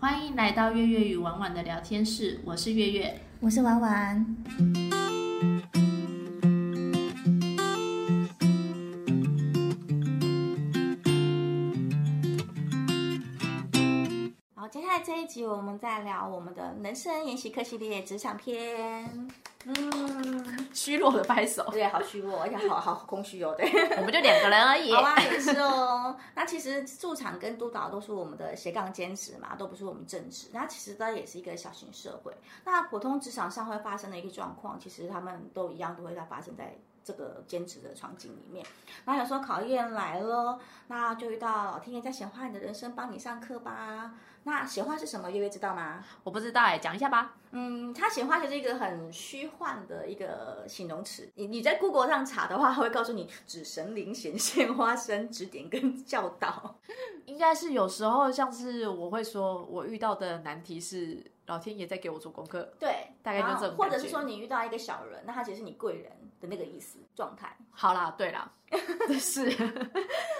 欢迎来到月月与婉婉的聊天室，我是月月。我是婉婉。好，接下来这一集我们再聊我们的人生研习课系列职场篇。嗯，虚弱的拍手，对，好虚弱，而且好好空虚哦，对。我们就两个人而已。好啊，也是哦。那其实驻场跟督导都是我们的斜杠兼职嘛，都不是我们正职。那其实它也是一个小型社会。那普通职场上会发生的一个状况，其实他们都一样，都会在发生在这个兼职的场景里面。那有时候考验来了，那就遇到老天爷在显化你的人生，帮你上课吧。那显化是什么？月月知道吗？我不知道哎，讲一下吧。嗯，它显化就是一个很虚幻的一个形容词。你你在 Google 上查的话，它会告诉你指神灵显现、花生指点跟 教导。应该是有时候像是我会说，我遇到的难题是老天爷在给我做功课。对， 大概就然后这种或者感是觉说你遇到一个小人，那他其实是你贵人的那个意思状态。好啦，对啦， 是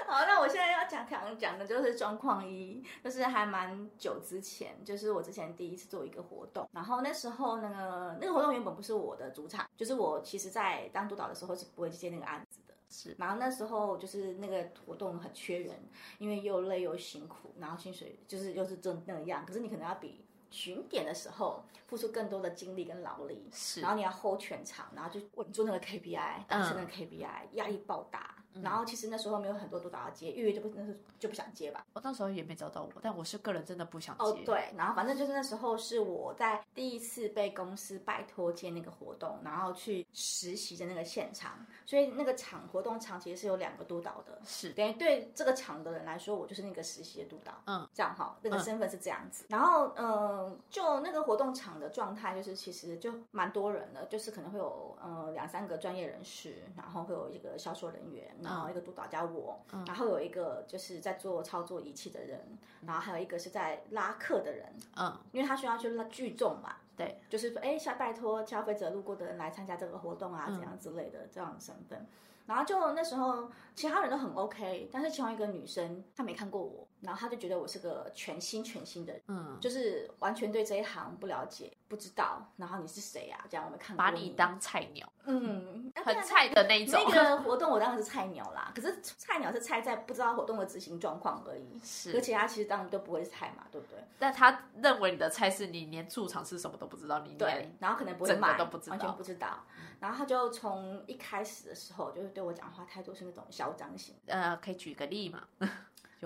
好，那我现在要讲讲讲的就是状况一，就是还蛮久之前，就是我之前第一次做一个活动，然后那时候那个那个活动原本不是我的主场，就是我其实在当督导的时候是不会去接那个案子的。是，然后那时候就是那个活动很缺人，因为又累又辛苦，然后薪水就是又是真那样，可是你可能要比巡点的时候付出更多的精力跟劳力，是然后你要 hold 全场，然后就稳住那个 KPI，达嗯成那个 KPI，、压力爆大。然后其实那时候没有很多督导要接，预约就不那时候就不想接吧。我那时候也没找到我，但我是个人真的不想接。哦，对，然后反正就是那时候是我在第一次被公司拜托接那个活动，然后去实习的那个现场，所以那个场活动场其实是有两个督导的，是等于对这个场的人来说，我就是那个实习的督导，嗯，这样哈，那个身份是这样子。然后，嗯、就那个活动场的状态，就是其实就蛮多人的，就是可能会有呃两三个专业人士，然后会有一个销售人员，然嗯后一个督导加我，然后有一个就是在做操作仪器的人，然后还有一个是在拉客的人，嗯，因为他需要去拉聚众嘛，对，就是说，哎，下拜托消费者路过的人来参加这个活动啊，嗯怎样之类的这样的身份。然后就那时候，其他人都很 OK，但是其中一个女生她没看过我，然后她就觉得我是个全新全新的人，嗯，就是完全对这一行不了解，不知道，然后你是谁啊？这样我没看过把你当菜鸟，嗯，啊很菜的那一种。那个活动我当然是菜鸟啦，可是菜鸟是菜在不知道活动的执行状况而已，而 是，且他其实当然都不会是菜嘛，对不对？但他认为你的菜是你连驻场是什么都不知道，你对连，然后可能不会整个买，都不知完全道不知道。然后他就从一开始的时候，就是对我讲话态度是那种嚣张型，呃，可以举个例嘛？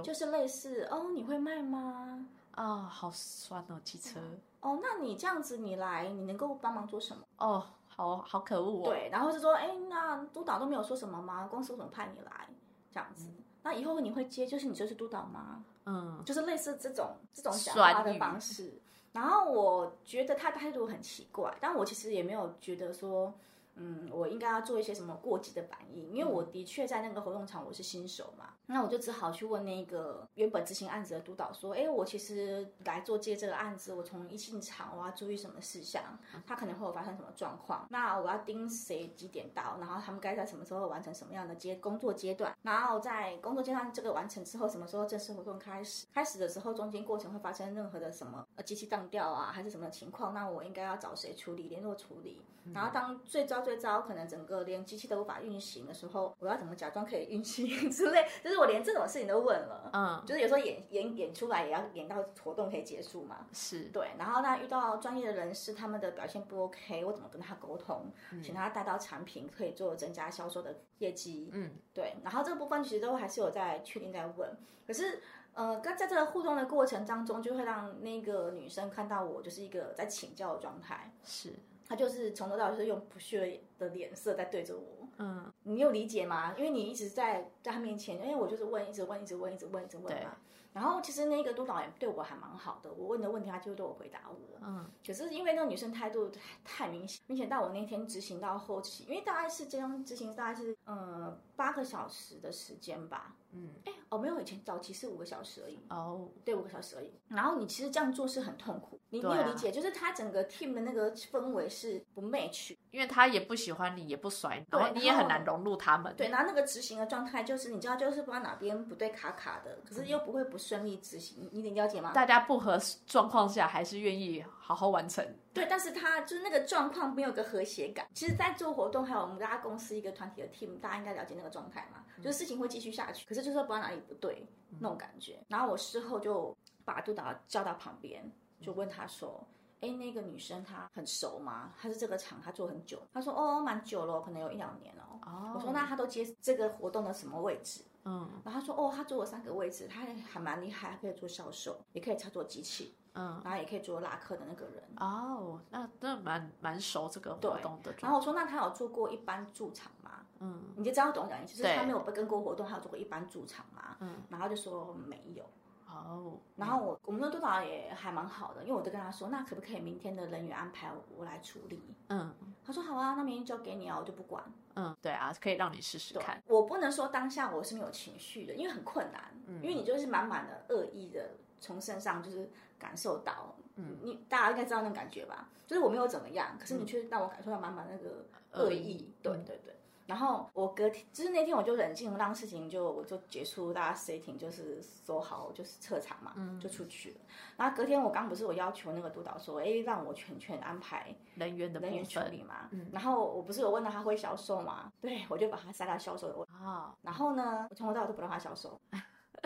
就是类似哦，你会卖吗？啊、好酸哦，汽车，哦，那你这样子你来，你能够帮忙做什么？哦，好好可恶哦。对，然后就说，哎，那督导都没有说什么吗？公司为什么派你来？这样子，那以后你会接，就是你就是督导吗？嗯，就是类似这种这种讲话酸的语方式。然后我觉得他态度很奇怪，但我其实也没有觉得说，嗯，我应该要做一些什么过激的反应，因嗯为我的确在那个活动场我是新手嘛，那我就只好去问那个原本执行案子的督导说，哎，我其实来做接这个案子，我从一进场我要注意什么事项，嗯他可能会有发生什么状况，那我要盯谁几点到，然后他们该在什么时候完成什么样的阶工作阶段，然后在工作阶段这个完成之后，什么时候正式活动开始，开始的时候中间过程会发生任何的什么呃机器当掉啊，还是什么情况，那我应该要找谁处理，联络处理，然后当最糟最糟，可能整个连机器都无法运行的时候，我要怎么假装可以运行之类，就是我连这种事情都问了，嗯，就是有时候演演演出来也要演到活动可以结束嘛，是，对，然后那遇到专业的人士，他们的表现不 OK，我怎么跟他沟通，嗯请他带到产品可以做增加销售的业绩。嗯，对，然后这个部分其实都还是有在确定在问，可是呃，跟在这个互动的过程当中，就会让那个女生看到我就是一个在请教的状态，是，她就是从头到尾就是用不屑的脸色在对着我。嗯，你有理解吗？因为你一直在在他面前，因为我就是问，一直问，一直问，一直问，一直问对嘛。然后其实那个督导也对我还蛮好的，我问的问题他就会对我回答我。嗯，可是因为那个女生态度太太明显，明显到我那天执行到后期，因为大概是这样执行大概是呃八个小时的时间吧，嗯，哦，没有，以前早期是五个小时而已，哦，对，五个小时而已。然后你其实这样做是很痛苦，你、对你啊有理解？就是他整个 team 的那个氛围是不 match，因为他也不喜欢你，也不甩你，然后对你也很然后难融入他们。对，然后那个执行的状态就是你知道，就是不知道哪边不对卡卡的，可是又不会不顺利执行，你你了解吗？大家不合状况下，还是愿意好好完成。对，但是他就是那个状况没有个和谐感。其实，在做活动，还有我们大家公司一个团体的 team，大家应该了解那个状态嘛，嗯就是事情会继续下去，可是就是不知道哪里不对那种感觉。然后我事后就把督导叫到旁边，就问他说。哎，那个女生她很熟吗？她是这个厂她做很久，她说哦蛮久了，可能有一两年哦。哦我说那她都接这个活动的什么位置？嗯然后她说哦，她做了三个位置，她还蛮厉害，还可以做销售，也可以操作机器，嗯，然后也可以做拉客的那个人。哦，那真的蛮蛮熟这个活动的状态。然后我说：“那他有做过一般驻场吗？”嗯，你就知道我懂讲，就是他对没有跟过活动，他有做过一般驻场吗？嗯，然后就说没有。哦，然后我我们的督导也还蛮好的，因为我就跟他说：“那可不可以明天的人员安排我来处理嗯？”他说：“好啊，那明天交给你啊，我就不管。嗯，对啊，可以让你试试对看。”我不能说当下我是没有情绪的，因为很困难，因为你就是满满的恶意的从身上就是感受到，嗯，你大家应该知道那种感觉吧？就是我没有怎么样，可是你却让我感受到满满那个恶意，对嗯对对。然后我隔天，就是那天我就冷静，让事情就我就结束，大家 setting 就是收好，就是撤场嘛，就出去了。然后隔天我刚不是我要求那个督导说，哎，让我全权安排人员的人部员处理分嘛。然后我不是有问到他会销售嘛，对我就把他塞到销售的位置。啊，然后呢，我从头到尾都不让他销售，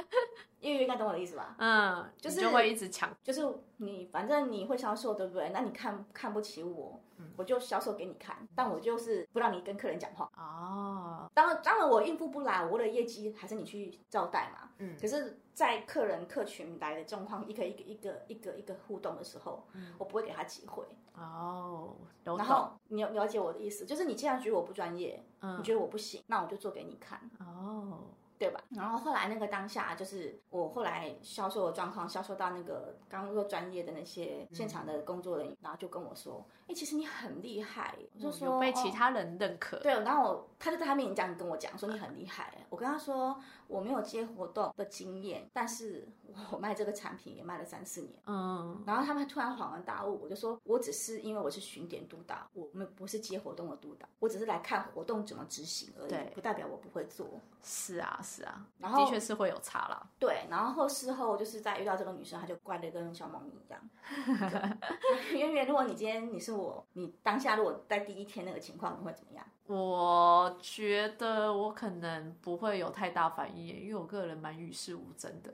因为应该懂我的意思吧？嗯，就你是就会一直抢。就是你反正你会销售对不对？那你看看不起我，嗯我就销售给你看，但我就是不让你跟客人讲话。哦，当然，当然我应付不来，我为了业绩还是你去招待嘛。嗯可是，在客人客群来的状况，一个一个一个一个一个互动的时候，我不会给他机会。哦，嗯懂然后你了了解我的意思，就是你既然觉得我不专业，你嗯，觉得我不行，那我就做给你看。哦，对吧？然后后来那个当下，啊就是我后来销售的状况，销售到那个刚刚说专业的那些嗯现场的工作人员，然后就跟我说：“哎、其实你很厉害。”我就嗯说：“有被其哦他人认可。对，然后我他就在他面前这样跟我讲说你很厉害。我跟他说我没有接活动的经验，但是我卖这个产品也卖了三四年。嗯，然后他们突然恍然大悟，我就说我只是因为我是巡点督导，我们不是接活动的督导，我只是来看活动怎么执行而对已，不代表我不会做。是啊，是啊，然的后确是会有差啦。对，然后事后就是在遇到这个女生，她就乖的跟小猫咪一样。 对因为如果你今天你是我，你当下如果在第一天那个情况，你会怎么样？我觉得我可能不会有太大反应耶，因为我个人蛮与世无争的，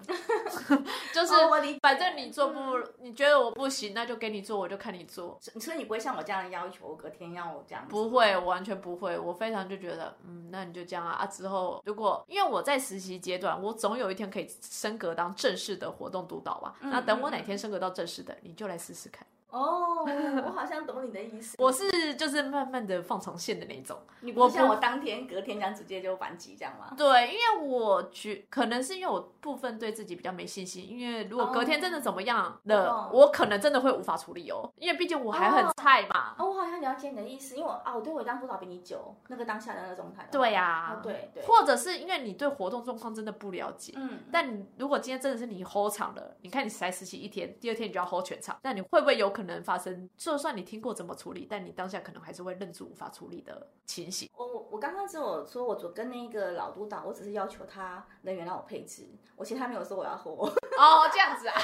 就是、哦我理解反正你做不，你觉得我不行，那就给你做，我就看你做。所所以你不会像我这样要求，我隔天要我这样子不会，我完全不会，我非常就觉得，嗯，那你就这样啊。啊之后如果因为我在实习阶段，我总有一天可以升格当正式的活动督导吧。那等我哪天升格到正式的，你就来试试看。哦，我好像懂你的意思。我是就是慢慢的放长线的那种。你不我是像不我当天隔天这样直接就反击这样吗？对，因为我觉可能是因为我部分对自己比较没信心，因为如果隔天真的怎么样了哦我可能真的会无法处理哦，因为毕竟我还很菜嘛。哦，我好像了解你的意思，因为我啊，我对我当督导比你久，那个当下的那个状态。对呀、哦对对或者是因为你对活动状况真的不了解。嗯，但你如果今天真的是你 hold 场了，你看你才实习一天，第二天你就要 hold 全场，那你会不会有可能发生？就算你听过怎么处理，但你当下可能还是会愣住无法处理的情形。 我我我刚刚只有说，我昨跟那个老督导，我只是要求他人员让我配置，我其实他没有说我要活，哦，这样子啊，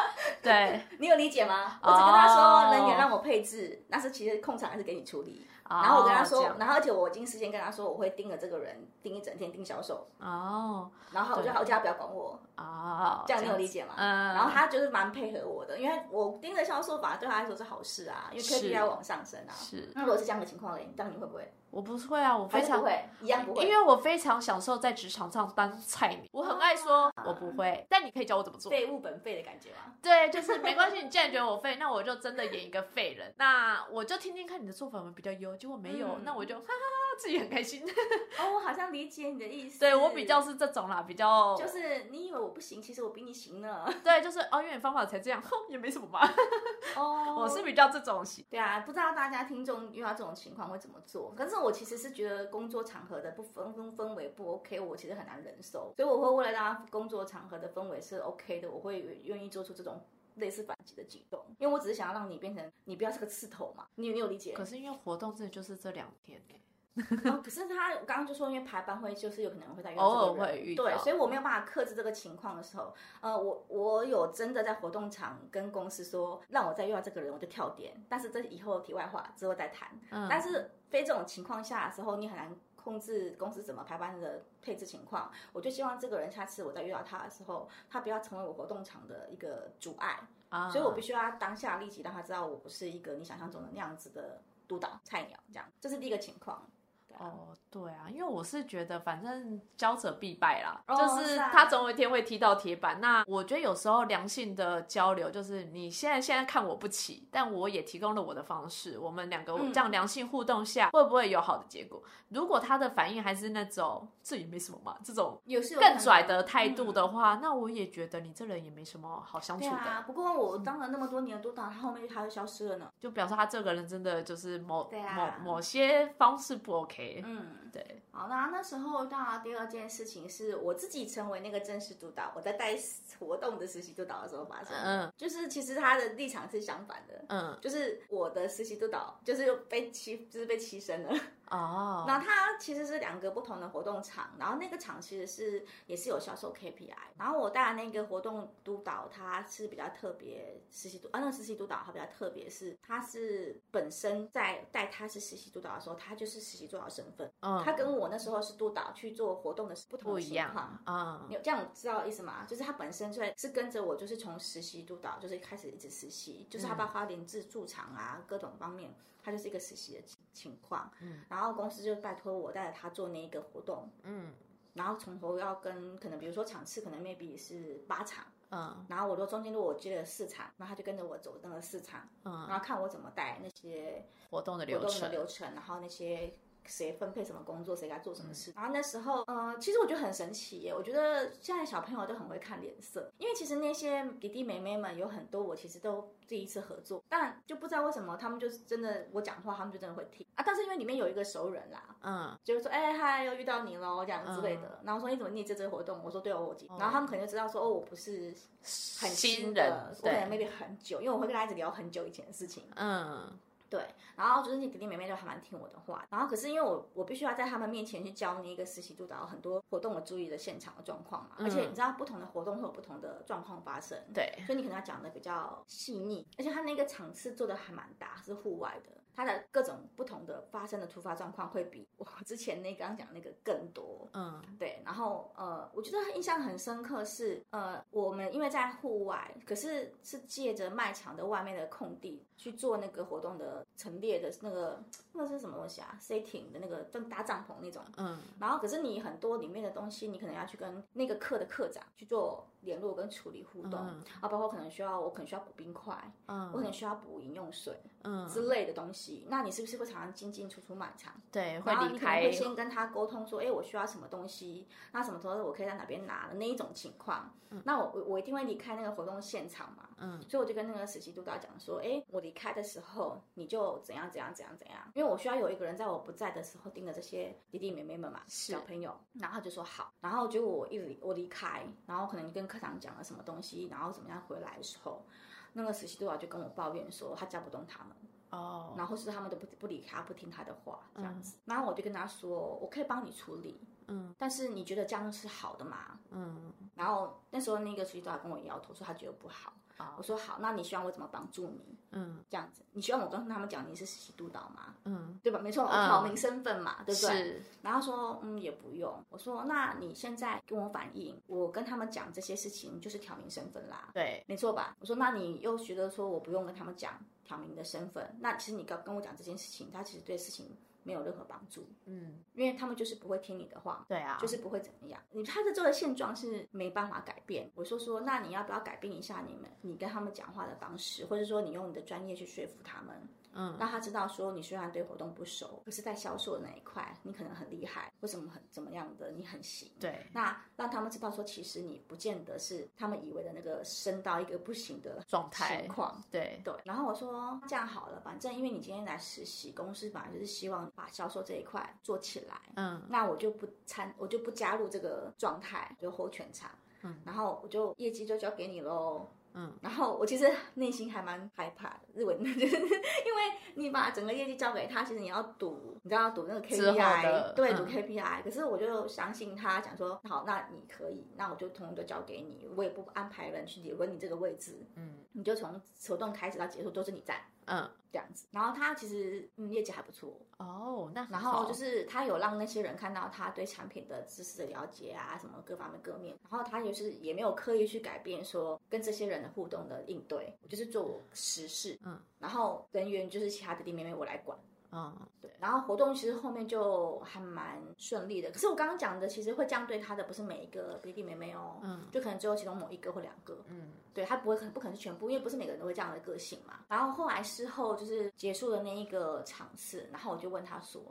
对，你有理解吗？我只跟他哦说人员让我配置，但是其实控场还是给你处理。然后我跟他哦说这，样然后而且我已经事先跟他说我会盯着这个人盯一整天盯销售，哦然后我就对好叫他不要管我，哦，这样你有子理解吗？嗯然后他就是蛮配合我的，因为我盯着销售法对他来说是好事啊，因为是 KPI 要往上升啊。是那如果是这样的情况嘞，你当你会不会？我不会啊，我非还是不常，会，一样不因会。为我非常享受在职场上当菜鸟，我很啊爱说我不会，但你可以教我怎么做。废物本废的感觉 吗？对，就是没关系，你既然觉得我废，那我就真的演一个废人，那我就听听看你的做法有没有比较优有，结果没有，嗯那我就哈哈哈，自己很开心。哦，我好像理解你的意思。对我比较是这种啦，比较就是你以为我不行，其实我比你行呢。 对，就是哦，因为你方法才这样，哼，也没什么嘛。哦 我是比较这种型，对啊，不知道大家听众遇到这种情况会怎么做？可是我其实是觉得工作场合的不氛氛氛围不 OK，我其实很难忍受，所以我会为了大家工作场合的氛围是 OK 的，我会愿意做出这种类似反击的举动，因为我只是想要让你变成你不要是个刺头嘛，你你有理解？可是因为活动真的就是这两天欸哦可是他我刚刚就说，因为排班会就是有可能会在遇到偶这个尔人会遇到对，所以我没有办法克制这个情况的时候，呃，我我有真的在活动场跟公司说，让我再遇到这个人我就跳点，但是这以后题外话之后再谈。嗯但是非这种情况下的时候，你很难控制公司怎么排班的配置情况。我就希望这个人下次我再遇到他的时候，他不要成为我活动场的一个阻碍，啊，所以我必须要当下立即让他知道我不是一个你想象中的那样子的督导菜鸟，这样这是第一个情况。对啊哦，对啊，因为我是觉得，反正交者必败啦，哦就是是啊他总有一天会踢到铁板。那我觉得有时候良性的交流，就是你现在现在看我不起，但我也提供了我的方式，我们两个嗯这样良性互动下，会不会有好的结果？如果他的反应还是那种这也没什么嘛，这种有是有可更能拽的态度嗯的话，那我也觉得你这人也没什么好相处对的。啊，不过我当了那么多年的督导，他后面他就消失了呢。就表示他这个人真的就是某、对啊某某些方式不 OK。嗯，对，好，那那时候当然第二件事情是我自己成为那个正式督导，我在带活动的实习督导的时候发生的，嗯就是其实他的立场是相反的。嗯，就是我的实习督导，就是被欺，就是被欺身了。哦，然后他其实是两个不同的活动场，然后那个场其实是也是有销售 KPI。然后我带的那个活动督导，他是比较特别实习督啊，那个实习督导他比较特别是，他是本身在带他是实习督导的时候，他就是实习督导身份，嗯他跟我那时候是督导去做活动的是不同不的一情样况。啊你，有这样知道意思吗？就是他本身虽然是跟着我，就是从实习督导，就是开始一直实习，就是嗯他包括连自驻场啊、各种方面，他就是一个实习的情情况。嗯，然后公司就拜托我带着他做那一个活动，嗯然后从头要跟可能比如说场次可能 maybe 是八场，嗯然后我都中间如果我接了四场，然后他就跟着我走那个四场，然嗯，后看我怎么带那些活动的活流动的程，流程，然后那些谁分配什么工作，谁该做什么嗯事。然后那时候，呃，其实我觉得很神奇耶，我觉得现在小朋友都很会看脸色，因为其实那些弟弟妹妹们有很多，我其实都第一次合作，但就不知道为什么他们就是真的，我讲话他们就真的会听啊。但是因为里面有一个熟人啦，嗯就是说，哎、嗨，又遇到你喽，这样之类的。然后说你怎么你也这这个活动？我说对哦，我记。然后他们可能就知道说，哦，我不是很新的人我可能对 maybe 很久，因为我会跟他一直聊很久以前的事情。嗯对，然后就是你弟弟妹妹都还蛮听我的话，然后可是因为我我必须要在他们面前去教你一个实习督导很多活动我注意的现场的状况嘛，而且你知道不同的活动会有不同的状况发生，对，所以你可能要讲的比较细腻，而且他那个场次做的还蛮大，是户外的，它的各种不同的发生的突发状况会比我之前那刚刚讲那个更多，嗯对，然后呃，我觉得印象很深刻是，呃，我们因为在户外，可是是借着卖场的外面的空地去做那个活动的陈列的那个那是什么东西啊？setting 的那个就搭帐篷那种。嗯然后可是你很多里面的东西，你可能要去跟那个课的课长去做联络跟处理互动，嗯啊，包括可能需要我可能需要补冰块，我可嗯能需要补饮用水之嗯，类的东西。那你是不是会常常进进出出卖场？对，会然后离啊你可能开会，先跟他沟通说，哎，我需要什么东西，那什么时候我可以在哪边拿的那一种情况。那我我我一定会离开那个活动现场嘛，嗯所以我就跟那个实习督导讲说，哎，我离开的时候你就怎样怎样怎样怎样，因为我需要有一个人在我不在的时候盯着这些弟弟妹妹们嘛，小朋友。然后他就说好，然后结果我一离我离开，然后可能跟课长讲了什么东西，然后怎么样回来的时候。那个实习督导就跟我抱怨说，他教不动他们，哦，然后是他们都不不理他，不听他的话这样子。然后我就跟他说，我可以帮你处理，嗯但是你觉得这样是好的吗？嗯，然后那时候那个实习督导跟我摇头说他觉得不好。好我说好，那你希望我怎么帮助你？嗯这样子，你希望我跟他们讲你是实习督导吗？嗯，对吧？没错，我嗯考明身份嘛，对不对？是，然后说嗯也不用。我说那你现在跟我反映，我跟他们讲这些事情就是挑明身份啦。对，没错吧？我说，那你又觉得说我不用跟他们讲挑明你的身份，那其实你刚跟我讲这件事情，他其实对事情没有任何帮助，嗯，因为他们就是不会听你的话，对啊，就是不会怎么样。你他的这个现状是没办法改变。我说说，那你要不要改变一下你们你跟他们讲话的方式，或者说你用你的专业去说服他们？嗯，让他知道说你虽然对活动不熟，可是在销售的那一块你可能很厉害，或什么很怎么样的你很行。对，那让他们知道说，其实你不见得是他们以为的那个升到一个不行的状态情况。对对，然后我说这样好了，反正因为你今天来实习，公司本来就是希望把销售这一块做起来，嗯，那我就不参，我就不加入这个状态，就 hold 全场，嗯，然后我就业绩就交给你喽。嗯，然后我其实内心还蛮害怕的， 日文就是因为你把整个业绩交给他，其实你要赌，你知道要赌那个之后 KPI，的对，赌嗯 KPI、可是我就相信他，讲说好，那你可以，那我就通通都交给你，我也不安排人去理问你这个位置，嗯你就从活动开始到结束都是你站嗯，这样子。然后他其实嗯业绩还不错，哦，那然然后就是他有让那些人看到他对产品的知识的了解啊，什么各方面各面。然后他也是也没有刻意去改变说跟这些人的互动的应对，我就是做我实事，嗯，然后人员就是其他弟弟妹妹我来管。嗯对，然后活动其实后面就还蛮顺利的。可是我刚刚讲的，其实会这样对他的不是每一个弟弟妹妹哦，嗯就可能只有其中某一个或两个，嗯对他不会可不可能是全部，因为不是每个人都会这样的个性嘛。然后后来事后就是结束了那一个场次，然后我就问他说：“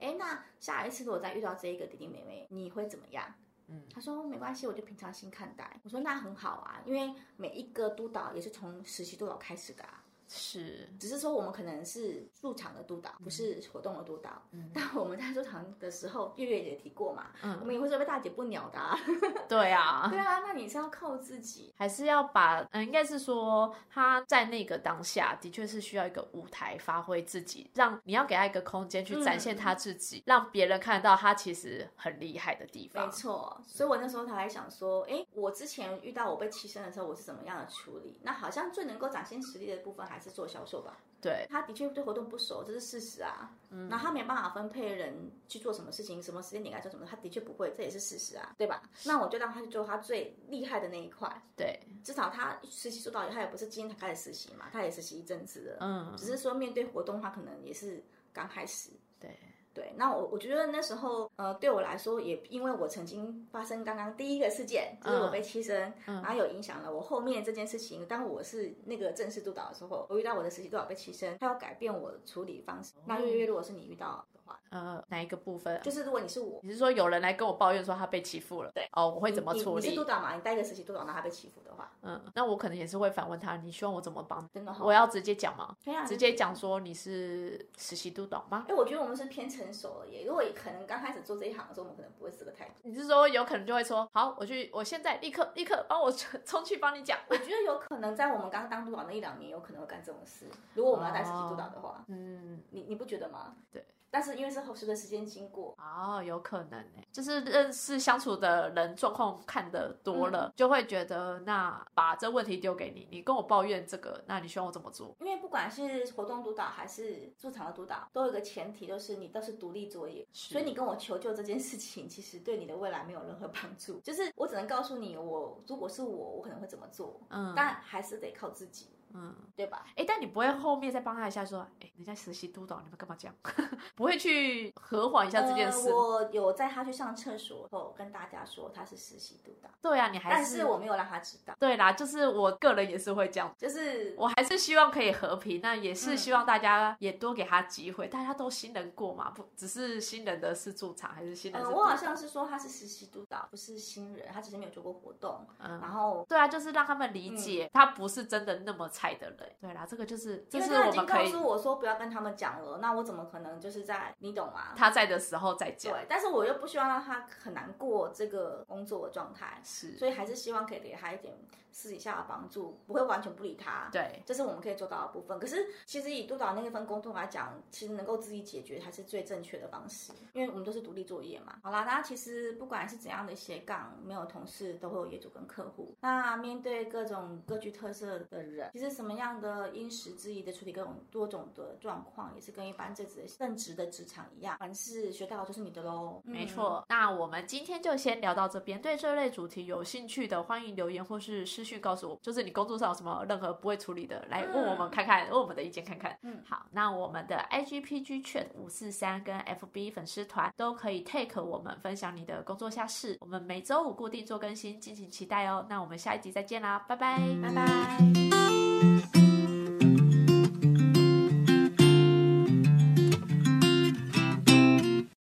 哎，那下一次如果再遇到这一个弟弟妹妹，你会怎么样？”嗯他说没关系，我就平常心看待。我说那很好啊，因为每一个督导也是从实习督导开始的、啊，是只是说我们可能是入场的督导，不是活动的督导。 但我们在入场的时候，月月也提过嘛，我们也会说被大姐不鸟的、啊。 对啊对。啊，那你是要靠自己。还是要把，嗯，应该是说他在那个当下的确是需要一个舞台发挥自己，让你要给他一个空间去展嗯现他自己，让别人看到他其实很厉害的地没方。错，所以我那时候才会想说，哎，我之前遇到我被欺身的时候，我是怎么样的处理？那好像最能够展现实力的部分还是做销售吧。对，他的确对活动不熟，这是事实啊。嗯，然后他没办法分配人去做什么事情，什么时间点该做什么，他的确不会，这也是事实啊，对吧？那我就让他去做他最厉害的那一块，对，至少他实习做到，他也不是今天才开始实习嘛，他也实习一阵子了，嗯，只是说面对活动，他可能也是刚开始，对，对，那我我觉得那时候，呃，对我来说，也因为我曾经发生刚刚第一个事件，就是嗯我被欺身，然后有影响了我后面这件事情。当我是那个正式督导的时候，我遇到我的实习督导被欺身，他要改变我的处理方式。哦那月月，如果是你遇到的话，呃，哪一个部分？就是如果你是我，你是说有人来跟我抱怨说他被欺负了？对，哦，我会怎么你处你是理督？导嘛，你带一个实习督导，然后他被欺负的话，嗯，那我可能也是会反问他，你希望我怎么帮？真的哈、我要直接讲吗？哦对啊直接讲说你是实习督导吗？哎，我觉得我们是偏成熟了耶。如果可能刚开始做这一行的时候，我们可能不会是这个态度。你是说有可能就会说，好，我去，我现在立刻立刻帮我冲去帮你讲。我觉得有可能在我们刚当督导那一两年，有可能会干这种事。如果我们要带实习督导的话，嗯，你你不觉得吗？对。但是因为是后随着时间经过，哦，有可能诶，就是认识相处的人状况看得多嗯了，就会觉得那把这问题丢给你，你跟我抱怨这个，那你希望我怎么做？因为不管是活动督导还是驻场的督导，都有一个前提，就是你都是独立作业。是所以你跟我求救这件事情，其实对你的未来没有任何帮助。 就是我只能告诉你，我如果是我，我可能会怎么做，嗯但还是得靠自己，嗯，对吧？哎，但你不会后面再帮他一下说，哎，人家实习督导，你们干嘛这样？ 不会去和缓一下这件事？呃我有在他去上厕所后跟大家说他是实习督导，对啊，你还但是是我没有让他知道，对啦，就是我个人也是会这样。就是我还是希望可以和平，那也是嗯希望大家也多给他机会，大家都新人过嘛，不只是新人的是驻场还是新人呃，是、我好像是说他是实习督导，不是新人，他只是没有做过活动。嗯然后，对啊，就是让他们嗯理解、他不是真的那么菜的人。对啦，这个就是这因为是他我已经们告可以诉我说不要跟他们讲了，那我怎么可能就是在你懂吗？他在的时候再讲。对，但是我又不希望让他很难过这个工作的状态，是，所以还是希望可以给他一点私底下的帮助，不会完全不理他。对，这是我们可以做到的部分。可是，其实以督导那一份工作来讲，其实能够自己解决才是最正确的方式，因为我们都是独立作业嘛。好啦，那其实不管是怎样的斜杠，没有同事都会有业主跟客户。那面对各种各具特色的人，其实什么样的因时制宜的处理各种多种的状况，也是跟一般正职正职的职场一样，凡是学到的就是你的嗯喽。没错。那我们今天就先聊到这边。对这类主题有兴趣的，欢迎留言或是私讯告诉我，就是你工作上有什么任何不会处理的，来问我们看看，问我们的意见看看。嗯好，那我们的 IGPG Chat 五四三跟 FB 粉丝团都可以 take 我们分享你的工作下事。我们每周五固定做更新，敬请期待哦。那我们下一集再见啦，拜拜，嗯，拜拜。